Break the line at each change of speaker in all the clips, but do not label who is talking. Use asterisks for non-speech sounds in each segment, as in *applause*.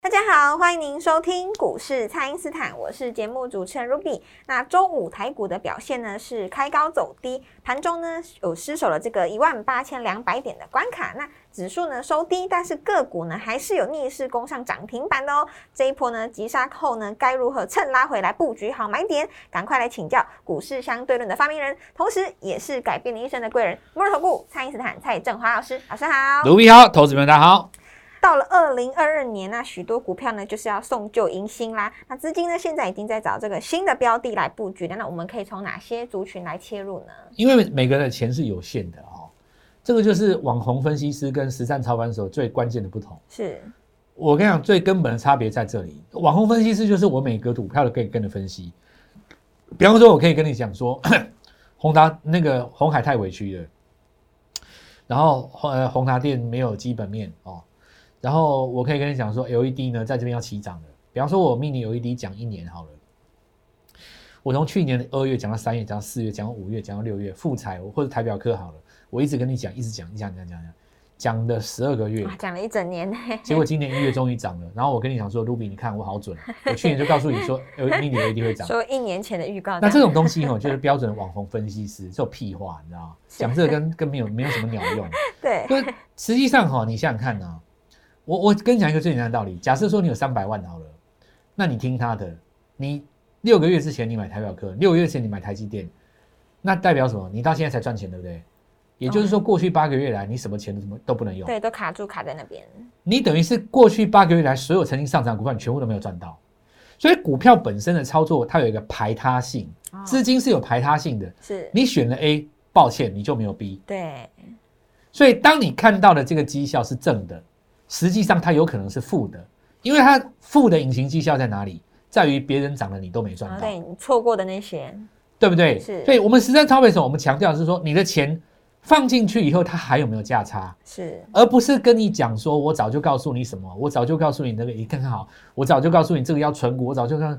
大家好，欢迎您收听股市蔡因斯坦，我是节目主持人 Ruby。那周五台股的表现呢是开高走低，盘中呢有失守了这个一万八千两百点的关卡，那指数呢收低，但是个股呢还是有逆势攻上涨停板的哦。这一波呢急杀后呢，该如何趁拉回来布局好买点？赶快来请教股市相对论的发明人，同时也是改变你一生的贵人——摩尔投顾蔡因斯坦蔡振华老师，老师好。
卢比好，投资朋友大家好。
到了二零二二年，那许多股票呢就是要送旧迎新啦。那资金呢现在已经在找这个新的标的来布局了。那我们可以从哪些族群来切入呢？
因为每个人的钱是有限的哦，这个就是网红分析师跟实战操盘手最关键的不同。
是，
我跟你讲，最根本的差别在这里。网红分析师就是我每个股票都可以跟着分析。比方说，我可以跟你讲说，宏达那个红海太委屈了，然后呃宏达电没有基本面哦，然后我可以跟你讲说，LED 呢在这边要起涨了。比方说，我 mini LED E 讲一年好了，我从去年的二月讲到三月，讲到四月，讲到五月，讲到六月，富彩或者台表科好了，我一直跟你讲，一直讲，一直讲，讲讲讲，讲了十二个月
哇，，讲了一整年呢。
结果今年一月终于涨了。然后我跟你讲说，Ruby，你看我好准，我去年就告诉你说 mini LED 会涨。
说一年前的预告，
那这种东西哦，就是标准的网红分析师，这种屁话，你知道吗？讲这个跟跟没有没有什么鸟用。
对
因为实际上哈、你想想看啊，我我跟你讲一个最简单的道理，假设说你有三百万好了，那你听他的，你六个月之前你买台表科，六个月前你买台积电，那代表什么？你到现在才赚钱，对不对？也就是说，过去八个月来，你什么钱都什么都不能用，
对，都卡住卡在那边。
你等于是过去八个月来所有曾经上涨的股票，你全部都没有赚到。所以股票本身的操作，它有一个排他性，
哦
资金是有排他性的。
是，
你选了 A，抱歉，你就没有 B。
对，
所以当你看到的这个绩效是正的，实际上它有可能是负的，因为它负的隐形绩效在哪里？在于别人涨了你都没赚
然后
到，
哦对你错过的那些，
对不对？
是
所以我们实战操盘手，我们强调的是说，你的钱放进去以后，它还有没有价差？
是
而不是跟你讲说，我早就告诉你什么，我早就告诉你那个，你看看好，我早就告诉你这个要存股，我早就告诉。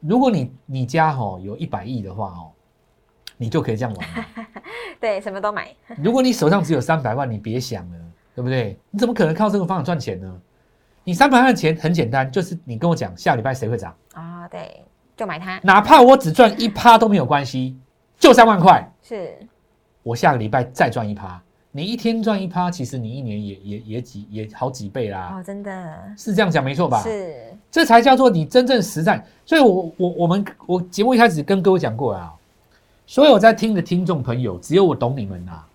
如果你你家吼、有一百亿的话哦，你就可以这样玩
*laughs*
了。
对，什么都买，
如果你手上只有三百万，你别想了，对不对？你怎么可能靠这个方法赚钱呢？你三百万的钱很简单，就是你跟我讲下礼拜谁会涨，
啊、对，就买它，
哪怕我只赚一趴都没有关系，就三万块，
是
我下个礼拜再赚一趴。你一天赚一趴，其实你一年也也也几也好几倍啦，
哦，真的
是这样讲没啊错吧？
是，
这才叫做你真正实战。所以我我我们我节目一开始跟各位讲过啊，所有在听的听众朋友，只有我懂你们啊。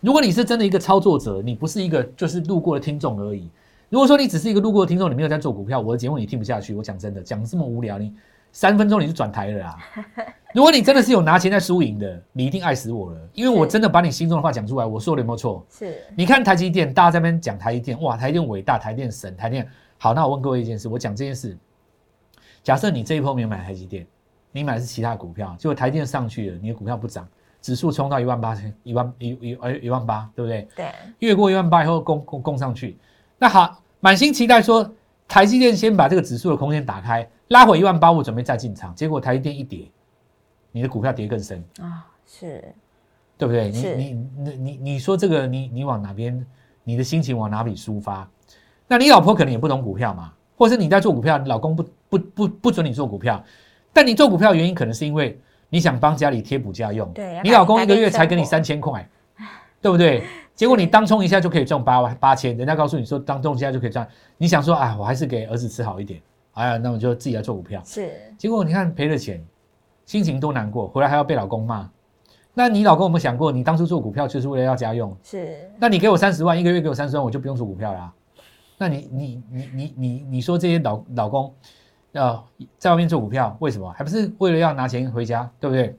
如果你是真的一个操作者，你不是一个就是路过的听众而已。如果说你只是一个路过的听众，你没有在做股票，我的节目你听不下去。我讲真的，讲这么无聊，你三分钟你就转台了啦。如果你真的是有拿钱在输赢的，你一定爱死我了，因为我真的把你心中的话讲出来，我说的有没有错？
是
你看台积电，大家在那边讲台积电，哇，台积电伟大，台积电神，台积电好。那我问各位一件事，我讲这件事，假设你这一波没有买台积电，你买的是其他股票，结果台积电上去了，你的股票不涨，指数冲到一万八千，一万一一呃一万八，对不对？
对，
越过一万八以后攻攻攻上去，那好，满心期待说台积电先把这个指数的空间打开，拉回一万八，我准备再进场，结果台积电一跌，你的股票跌更深。
啊、是
对不对？你
是
你你你你说这个，你你往哪边，你的心情往哪里抒发？那你老婆可能也不懂股票嘛，或是你在做股票，你老公不不不不准你做股票，但你做股票的原因可能是因为你想帮家里贴补家用，
对要
你老公
改
一个
变
月才给你
生
三千块，对
*laughs*
不对？结果你当冲一下就可以赚八万八千，人家告诉你说当冲一下就可以赚，你想说啊，我还是给儿子吃好一点，哎呀，那我就自己来做股票。
是
结果你看赔了钱，心情多难过，回来还要被老公骂。那你老公有没有想过，你当初做股票就是为了要家用？
是，
那你给我三十万，一个月给我三十万，我就不用做股票啦、那你你你你你你说这些老老公，呃，在外面做股票，为什么？还不是为了要拿钱回家，对不对？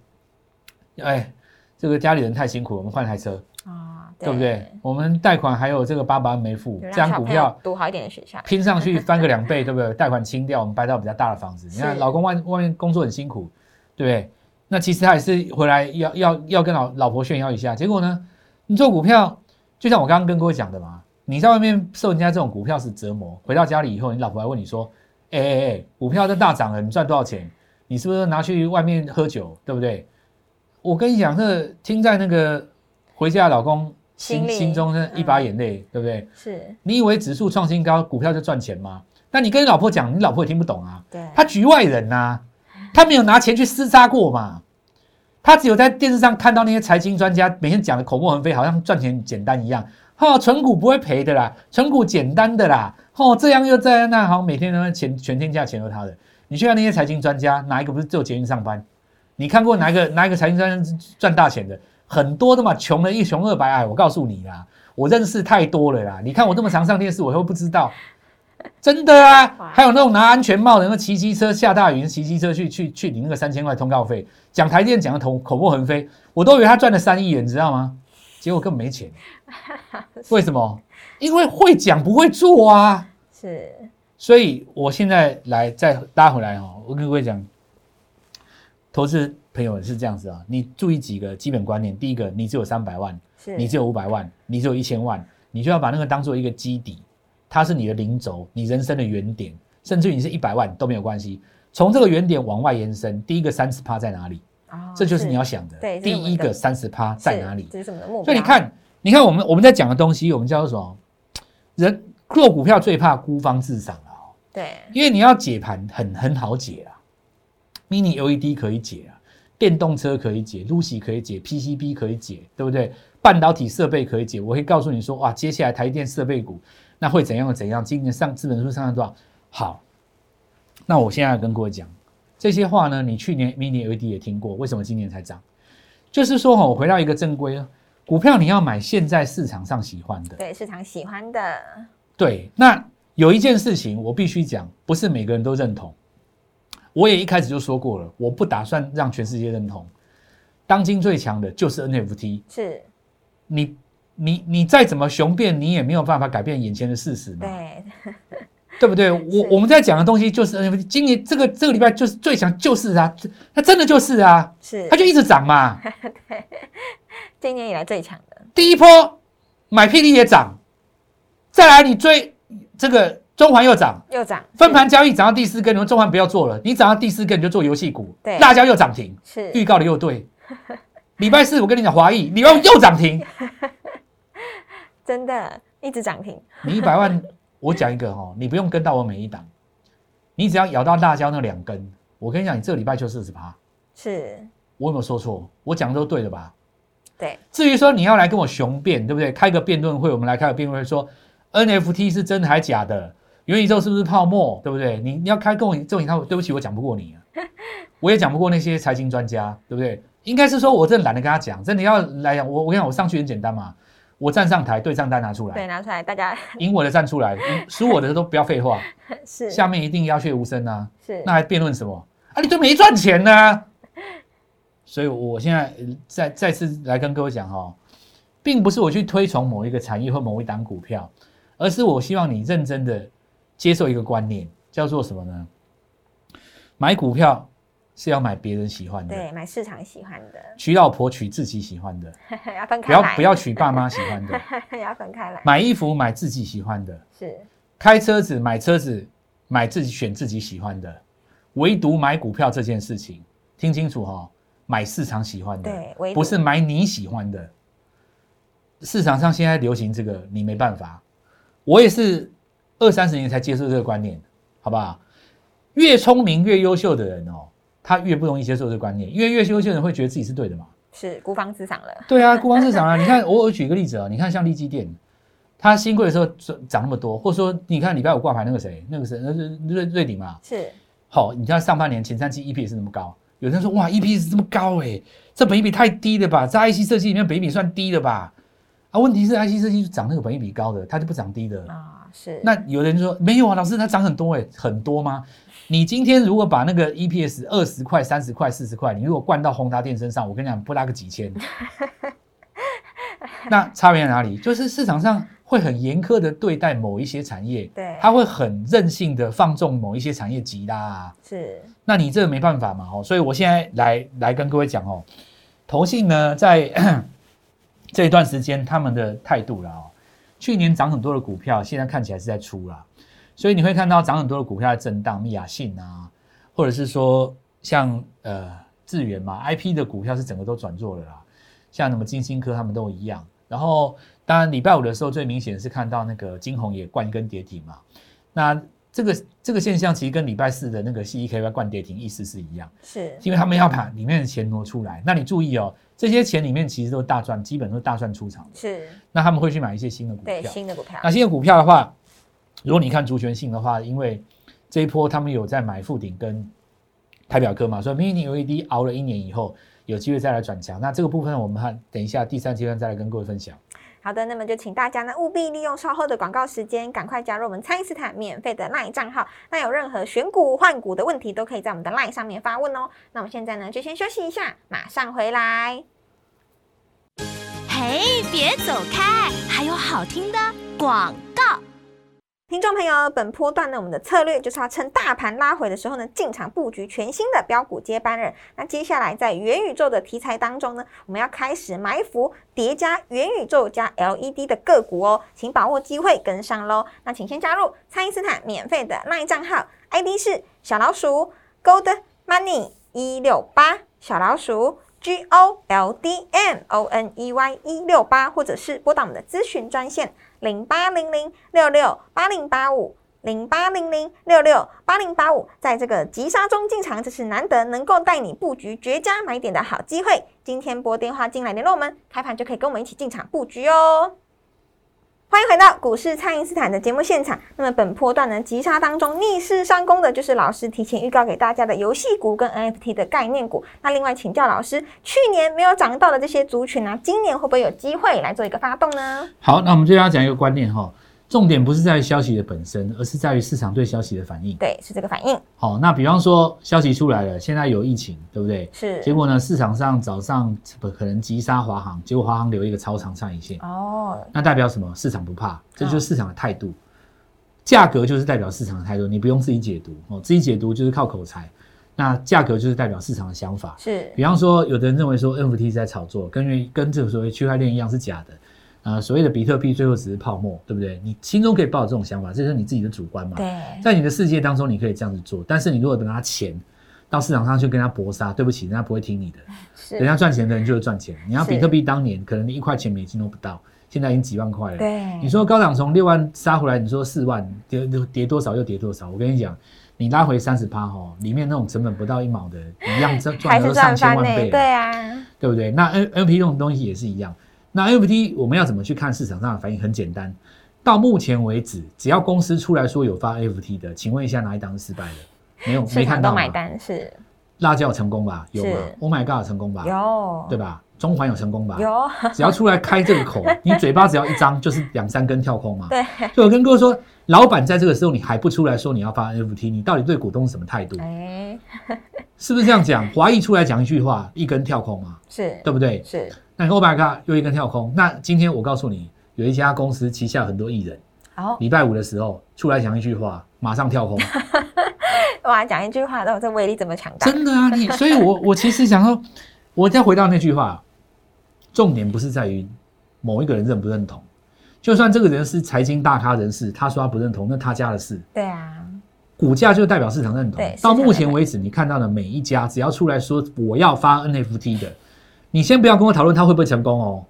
哎，这个家里人太辛苦，我们换台车。
啊、
对不对？我们贷款还有这个八百万没付，
有
这
让
张
小
股
朋友
票
读好一点的学校，
拼上去翻个两倍，对不 *laughs* 对？贷款清掉，我们搬到比较大的房子。你看
是
老公外外面工作很辛苦，对不对？那其实他也是回来要要要跟老老婆炫耀一下。结果呢，你做股票，就像我刚刚跟各位讲的嘛，你在外面受人家这种股票是折磨，回到家里以后，你老婆还问你说：“哎哎哎，股票都大涨了，你赚多少钱？你是不是拿去外面喝酒，对不对？”我跟你讲，这听在那个回家的老公
心
心
里
心中呢一把
嗯
眼泪，对不对？
是
你以为指数创新高，股票就赚钱吗？那你跟你老婆讲，你老婆也听不懂啊，
对，
她局外人呐、她没有拿钱去厮杀过嘛，她只有在电视上看到那些财经专家每天讲的口沫横飞，好像赚钱很简单一样。哦，存股不会赔的啦，存股简单的啦。哦，这样又这样那，好像每天呢全全天下钱都他的。你去看那些财经专家，哪一个不是只有捷运上班？你看过哪一个哪一个财经专家赚大钱的？很多的嘛，穷的一穷二白。哎，我告诉你啦，我认识太多了啦。你看我这么常上电视，我会不知道？真的
哇
啊，还有那种拿安全帽的，那骑机车下大雨，骑机车去去去领那个三千块通告费，讲台电讲的头口沫横飞，我都以为他赚了三亿了，你知道吗？结果根本没钱。为什么？因为会讲不会做啊。
是
所以我现在来再拉回来哦，我跟各位讲，投资朋友是这样子啊，你注意几个基本观念。第一个，你只有三百万，
是，
你只有五百万，你只有一千万，你就要把那个当做一个基底，它是你的零轴，你人生的原点，甚至于你是一百万都没有关系。从这个原点往外延伸，第一个三十趴在哪里？
哦
这就是你要想的。
对这
第
是我们
一
的
个三十趴在哪里
是？这是我们的目标。
所以你，看，你看我们我们在讲的东西，我们叫做什么？人做股票最怕孤芳自赏了、哦。
对，
因为你要解盘很很好解啊，mini LED 可以解啊，电动车可以解，Lucy 可以解，PCB 可以解，对不对？半导体设备可以解，我会告诉你说，哇，接下来台积电设备股那会怎样怎样，今年上资本数上了多少？好，那我现在要跟各位讲这些话呢，你去年 mini LED 也听过，为什么今年才涨？就是说哈，我回到一个正规啊，股票你要买现在市场上喜欢的，
对市场喜欢的，
对，那有一件事情我必须讲，不是每个人都认同。我也一开始就说过了，我不打算让全世界认同。当今最强的就是 NFT，
是
你你你再怎么雄辩，你也没有办法改变眼前的事实嘛，
对，
对不对？我我们在讲的东西就是 NFT，今年这个这个礼拜就是最强，就是啊，它真的就是啊，
是
它就一直涨嘛。
今年以来最强的，
第一波买霹雳也涨，再来你追这个中环又涨，
又涨
分盘交易涨到第四根，你说中环不要做了，你涨到第四根你就做游戏股，
对
辣椒又涨停，
是
预告的又对。礼拜四我跟你讲华谊，礼拜五又涨停，
真的一直涨停，
你一百万，我讲一个哦，你不用跟到我每一档，你只要咬到辣椒那两根，我跟你讲，你这个礼拜就四十趴，
是
我有没有说错？我讲的都对的吧？
对，
至于说你要来跟我雄辩，对不对？开个辩论会，我们来开个辩论会说 NFT 是真的还假的，元宇宙是不是泡沫，对不对？你你要开跟我这种你看，对不起，我讲不
*laughs*
过你啊，我也讲不过那些财经专家，对不对？应该是说我真的懒得跟他讲，真的要来讲，我我跟你讲，我上去很简单嘛，我站上台，对账单拿出
对，
来，
拿出来大家 *laughs*
赢我的站出来，赢输我的都不要废话，
是
下面一定鸦雀无声啊。
是
那还辩论什么？啊，你就没赚钱呢、所以我现在呃再再次来跟各位讲哦，并不是我去推崇某一个产业或某一档股票，而是我希望你认真的接受一个观念，叫做什么呢？买股票是要买别人喜欢的，
对买市场喜欢的， *laughs*
娶老婆娶自己喜欢的，
要分
不
开
要
来，
不要娶爸妈喜欢的，
*laughs* 要分开来，
买衣服买自己喜欢的，
是
开车子、买车子、买自己选自己喜欢的，唯独买股票这件事情，听清楚哦，买市场喜欢的，
对，唯独
不是买你喜欢的。市场上现在流行这个，你没办法。我也是二三十年才接受这个观念，好不好？越聪明、越优秀的人哦，他越不容易接受这个观念，因为越优秀的人会觉得自己是对的嘛。
是孤芳自赏了，
对啊，股光市场啊，你 *laughs* 看我我举一个例子啊，你看像利基店，它新贵的时候涨涨那么多，或者说你看礼拜五挂牌那个谁，那个谁，那是瑞瑞鼎嘛，
是
好、你看上半年前三季 EP 是那么高，有人说哇 EP 是这么高哎、这本益比太低了吧，在 IC 设计里面本益比算低了吧？啊，问题是 IC 设计就涨那个本益比高的，它就不涨低的。
啊是
那有人说没有啊，老师它涨很多哎、很多吗？你今天如果把那个 EPS 二十块、三十块、四十块，你如果灌到宏达电身上，我跟你讲，不拉个几千，那差别在哪里？就是市场上会很严苛的对待某一些产业，
对，
它会很任性的放纵某一些产业急拉、啊。
是
那你这个没办法嘛，哦，所以我现在来来跟各位讲哦，投信呢在 *clears throat* 这一段时间他们的态度啦，哦，去年涨很多的股票，现在看起来是在出啦，所以你会看到涨很多的股票在震荡，亚信啊，或者是说像呃智源嘛，IP 的股票是整个都转弱了啦，像什么金星科他们都一样，然后当然礼拜五的时候最明显是看到那个金红也灌一根跌停嘛，那这个这个现象其实跟礼拜四的那个 CEKY 灌跌停意思是一样，
是，
因为他们要把里面的钱挪出来。那你注意哦，这些钱里面其实都是大赚，基本都是大赚出场的。
是
那他们会去买一些新的股
对
票。
新的股票
那新的股票的话，如果你看族群性的话，因为这一波他们有在买富鼎跟台表科嘛，所以 Mini LED E 熬了一年以后，有机会再来转强。那这个部分我们看等一下第三阶段再来跟各位分享。
好的，那么就请大家呢务必利用稍后的广告时间，赶快加入我们蔡因斯坦免费的 LINE 账号。那有任何选股换股的问题，都可以在我们的 LINE 上面发问哦。那我们现在呢就先休息一下，马上回来。
嘿，别走开，还有好听的广告。
听众朋友，本波段呢，我们的策略就是要趁大盘拉回的时候呢，进场布局全新的标股接班人。那接下来在元宇宙的题材当中呢，我们要开始埋伏叠加元宇宙加 LED 的个股哦，请把握机会跟上喽。那请先加入蔡因斯坦免费的 LINE 账号，ID 是小老鼠 Gold Money 一六八，小老鼠 G O L D M O N E Y 一六八，或者是拨打我们的咨询专线零八零零六六八零八五。零八零零六六八零八五，在这个急杀中进场，这是难得能够带你布局绝佳买点的好机会。今天拨电话进来联络我们，开盘就可以跟我们一起进场布局哦。欢迎回到股市，蔡因斯坦的节目现场。那么本波段呢，急杀当中逆势上攻的就是老师提前预告给大家的游戏股跟 NFT 的概念股。那另外请教老师，去年没有涨到的这些族群啊，今年会不会有机会来做一个发动呢？
好，那我们就要讲一个观念哈、重点不是在于消息的本身，而是在于市场对消息的反应。
对，是这个反应，
好、那比方说消息出来了，现在有疫情，对不对？
是
结果呢，市场上早上不可能急杀华航，结果华航留一个超长上影线，
哦，
那代表什么？市场不怕，这就是市场的态度。价格就是代表市场的态度，你不用自己解读哦，自己解读就是靠口才。那价格就是代表市场的想法。
是
比方说，有的人认为说 NFT 是在炒作，跟原跟这个所谓区块链一样是假的，啊、所谓的比特币最后只是泡沫，对不对？你心中可以抱有这种想法，这是你自己的主观嘛。
对，
在你的世界当中，你可以这样子做，但是你如果等他钱到市场上去跟他搏杀，对不起，人家不会听你的，人
是，
家赚钱的人就是赚钱。你要
是
比特币当年，可能你一块钱美金都不到，现在已经几万块了。
对，
你说高档从六万杀回来，你说四万跌跌多少又跌多少，我跟你讲，你拉回三十趴哦，里面那种成本不到一毛的，一样赚
还
赚
是
了
赚
上千
翻
万
呢、
倍了，
对啊，
对不对？那 N N P 这种东西也是一样。那 N F T 我们要怎么去看市场上的反应？很简单，到目前为止，只要公司出来说有发 F T 的，请问一下哪一档是失败的？没有，
市
没看
场都
到
买
嘛？
单是
辣椒有成功吧？有吗
是
？Oh my god，有成功吧？
有，
对吧？中环有成功吧？啊
有，
只要出来开这
*laughs*
个口，你嘴巴只要一张，就是两三根跳空嘛。
对，
所以我跟各位说，老板在这个时候你还不出来说你要发 NFT，你到底对股东是什么态度？
哎，
是不是这样讲？华谊出来讲一句话，一根跳空嘛，
是
对不对？
是
那你 Oh my God 又一根跳空。那今天我告诉你，有一家公司旗下很多艺人，
好，
礼拜五的时候出来讲一句话，马上跳空，
哇，讲一句话，那我这威力这么强大，
真的啊！你，所以我我其实想说，我再回到那句话，重点不是在于某一个人认不认同，就算这个人是财经大咖人士，他说他不认同，那他家的事。
对啊，
股价就代表市场认同
对。
到
市场
目前为止，你看到的每一家只要出来说我要发 NFT 的，你先不要跟我讨论它会不会成功哦，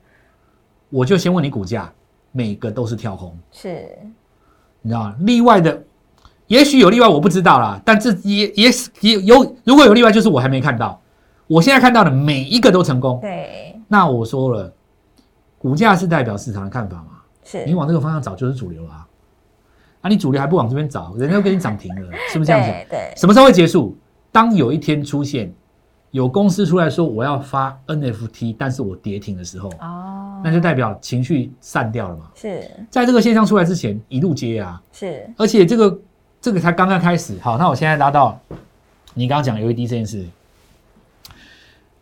我就先问你股价，每个都是跳空，
是
你知道吗？例外的，也许有例外，我不知道啦。但这也也也有，如果有例外，就是我还没看到。我现在看到的每一个都成功，
对
那我说了，股价是代表市场的看法嘛？
是，
你往这个方向找就是主流啊。啊，你主流还不往这边找，人家都给你涨停了，是不是这样讲？
对对
什么时候会结束？当有一天出现有公司出来说我要发 NFT，但是我跌停的时候，
哦，
那就代表情绪散掉了嘛。
是
在这个现象出来之前，一路接啊，
是
而且这个这个才刚 E 刚开始。好，那我现在拉到你刚刚讲 LED 这件事，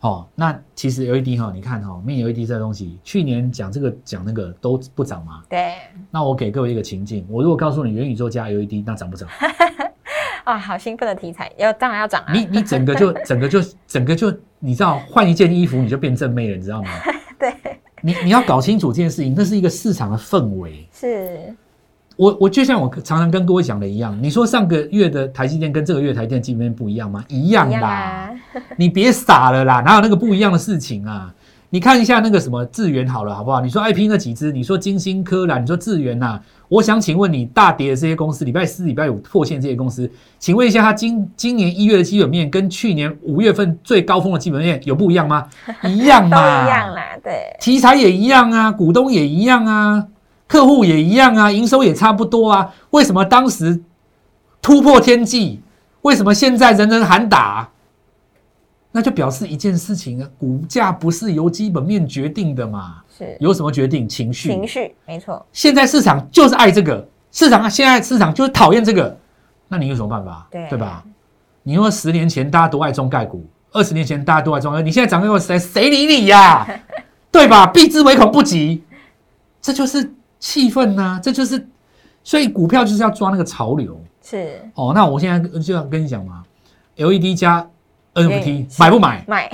哦，那其实 LED 哈、你看哈、哦，面 LED 这东西，去年讲这个讲那个都不涨嘛。
对，
那我给各位一个情境，我如果告诉你元宇宙加 LED，那涨不涨？
啊，好兴奋的题材，要当然要涨啊！
你你整个就整个就整个就，你知道换一件衣服你就变正妹了，你知道吗？
对，
你你要搞清楚这件事情，那是一个市场的氛围。
是，
我我就像我常常跟各位讲的一样，你说上个月的台积电跟这个月台积电基本面不一样吗？一样
一样
啦，
啊，
你别傻了啦，哪有那个不一样的事情啊？你看一下那个什么智源好了，好不好？你说 IP 那几只，你说金星科啦，你说智源呐，我想请问你，大跌的这些公司，礼拜四、礼拜五破线这些公司，请问一下，它今今年一月的基本面跟去年五月份最高峰的基本面有不一
*laughs*
样吗？一样
都
嘛，
一样啦，对，
题材也一样啊，股东也一样啊，客户也一样啊，营收也差不多啊，为什么当时突破天际？为什么现在人人喊打？那就表示一件事情啊，股价不是由基本面决定的嘛，
是
由什么决定？情绪。
情绪，没错，
现在市场就是爱这个，市场现在市场就是讨厌这个，那你有什么办法？
对啊
吧？你说十年前大家都爱中概股，二十年前大家都爱中概股，你现在涨给我谁谁理你呀、
*laughs*
对吧？避之唯恐不及，这就是气氛呐、这就是所以股票就是要抓那个潮流
是
哦。那我现在就要跟你讲嘛，LED 加 NFT
对
买不买？
买，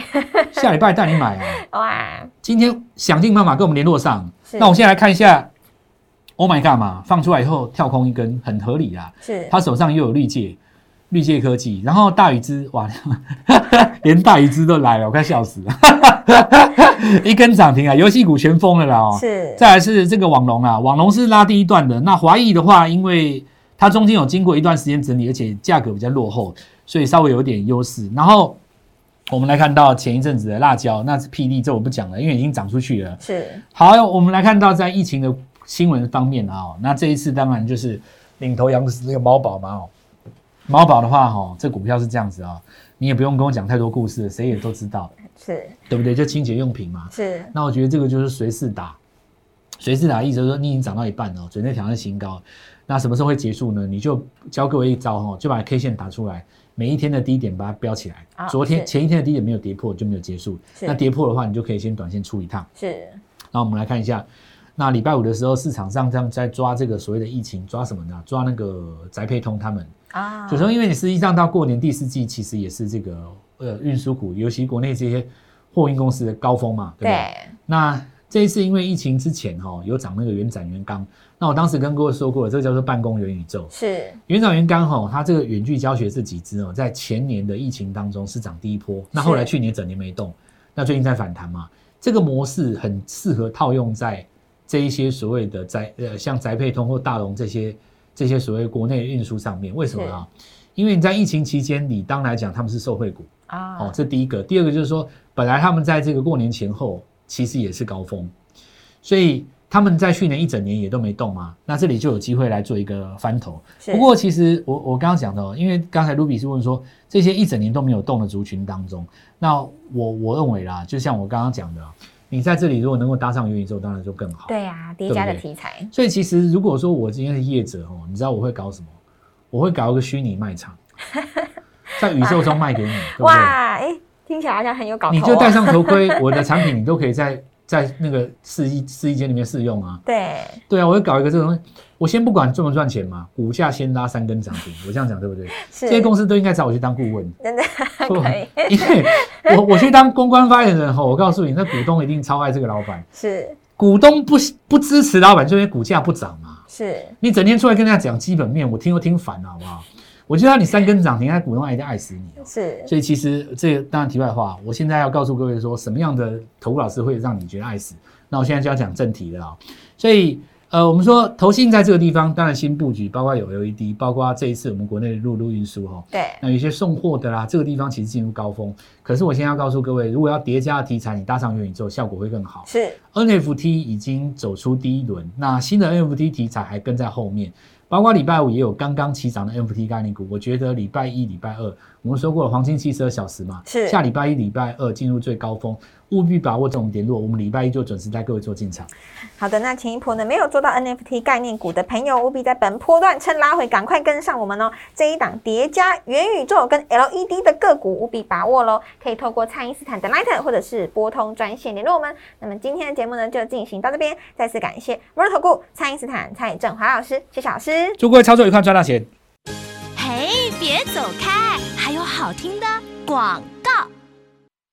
下礼拜带你买啊！
*laughs* 哇，
今天想尽办法跟我们联络上。
是
那我现在来看一下，Oh my God 嘛，放出来以后跳空一根，很合理啦。
是
他手上又有绿界，绿界科技，然后大禹之，哇，连大禹之都来了，我快笑死了， *laughs* 一根涨停啊，游戏股全疯了啦哦。
是，
再来是这个网龙啊，网龙是拉第一段的。那华谊的话，因为它中间有经过一段时间整理，而且价格比较落后，所以稍微有点优势。然后我们来看到前一阵子的辣椒，那是霹雳，这我不讲了，因为已经涨出去了。
是
好，我们来看到在疫情的新闻方面啊、哦，那这一次当然就是领头羊是那个猫宝嘛哦。猫宝的话，哦，这股票是这样子啊、你也不用跟我讲太多故事，谁也都知道，
是
对不对？就清洁用品嘛，
是，
那我觉得这个就是随势打，随势打，意思就是说你已经涨到一半了，准备挑战新高。那什么时候会结束呢？你就教各位一招哦，就把 K 线打出来，每一天的低点把它标起来。
啊
昨天
是
前一天的低点没有跌破就没有结束，
是
那跌破的话你就可以先短线出一趟。
是
那我们来看一下，那礼拜五的时候市场上这样在抓这个所谓的疫情，抓什么呢？抓那个宅配通他们。
啊，
就说因为你实际上到过年第四季，其实也是这个呃运输股，尤其国内这些货运公司的高峰嘛，对不对？
对，
那这一次因为疫情之前哈、哦，有涨那个原展原钢，那我当时跟各位说过了，这个叫做办公元宇宙。
是
原展原钢哈、哦，它这个远距教学这几只哦，在前年的疫情当中是涨第一波，那后来去年整年没动，那最近在反弹嘛，这个模式很适合套用在这一些所谓的宅呃像宅配通或大龙这些这些所谓国内运输上面，为什么啊？因为你在疫情期间，你当来讲他们是受惠股，
啊，
哦，这第一个。第二个就是说，本来他们在这个过年前后其实也是高峰，所以他们在去年一整年也都没动嘛，那这里就有机会来做一个翻头。
是
不过其实我我刚刚讲的哦，因为刚才卢比是问说这些一整年都没有动的族群当中，那我我认为啦，就像我刚刚讲的哦，你在这里如果能够搭上元宇宙，当然就更好。
对呀，叠
对
加
不
的
对
题材
所以其实如果说我今天是业者哦，你知道我会搞什么？我会搞一个虚拟
*laughs*
卖场，在宇宙中卖给你，对不对？
哇，哎，听起来好像很有搞头哦，
你就戴上头盔， *laughs* 我的产品你都可以在在那个试衣试衣间里面试用啊。
对，
对啊，我就搞一个这种东西，我先不管赚不赚钱嘛，股价先拉三根涨停，我这样讲对不对？
是
这些公司都应该找我去当顾问，
真的 *laughs* 可以，
因为我 *laughs* 我去当公关发言人后，我告诉你，那股东一定超爱这个老板，
是
股东不不支持老板，就因为股价不涨嘛。
是
你整天出来跟人家讲基本面，我听都听烦了，好不好？我就让你三根涨停，那股东一定爱死你哦。
是
所以其实这个当然题外话，我现在要告诉各位说，什么样的投顾老师会让你觉得爱死？那我现在就要讲正题了啊、所以呃，我们说投信在这个地方，当然新布局，包括有 LED，包括这一次我们国内的陆路运输哈、
对，
那有一些送货的啦，这个地方其实进入高峰。可是我现在要告诉各位，如果要叠加的题材，你搭上元宇宙，效果会更好。
是
NFT 已经走出第一轮，那新的 NFT 题材还跟在后面，包括礼拜五也有刚刚起涨的 NFT 概念股。我觉得礼拜一、礼拜二，我们说过了黄金汽车小时嘛，
是
下礼拜一、礼拜二进入最高峰。务必把握这种点落，我们礼拜一就准时带各位做进场。
好的，那前一波呢没有做到 NFT 概念股的朋友，务必在本波段趁拉回赶快跟上我们哦。这一档叠加元宇宙跟 LED 的个股，务必把握喽。可以透过蔡因斯坦的 Line 或者是拨通专线联络我们。那么今天的节目呢就进行到这边，再次感谢摩尔投顾蔡因斯坦蔡振华老师，谢谢老师。
祝各位操作愉快，赚大钱！
嘿，别走开，还有好听的广告。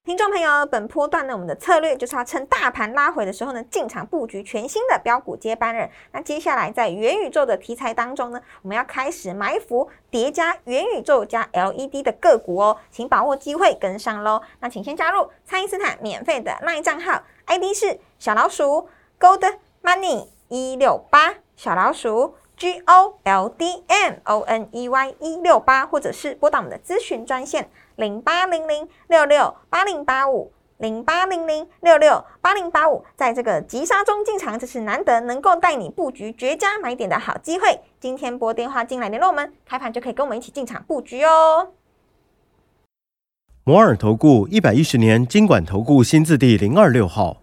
听众朋友，本波段呢，我们的策略就是要趁大盘拉回的时候呢，进场布局全新的标股接班人。那接下来在元宇宙的题材当中呢，我们要开始埋伏叠加元宇宙加 LED 的个股哦，请把握机会跟上喽。那请先加入蔡因斯坦免费的 LINE 账号，ID 是小老鼠 Gold Money 一六八小老鼠 G O L D M O N E Y 一六八，或者是拨打我们的咨询专线零八零零六六八零八五零八零零六六八零八五，在这个急杀中进场，这是难得能够带你布局绝佳买点的好机会。今天拨电话进来联络我们，开盘就可以跟我们一起进场布局哦。
摩尔投顾一百一十年经管投顾新字第零二六号。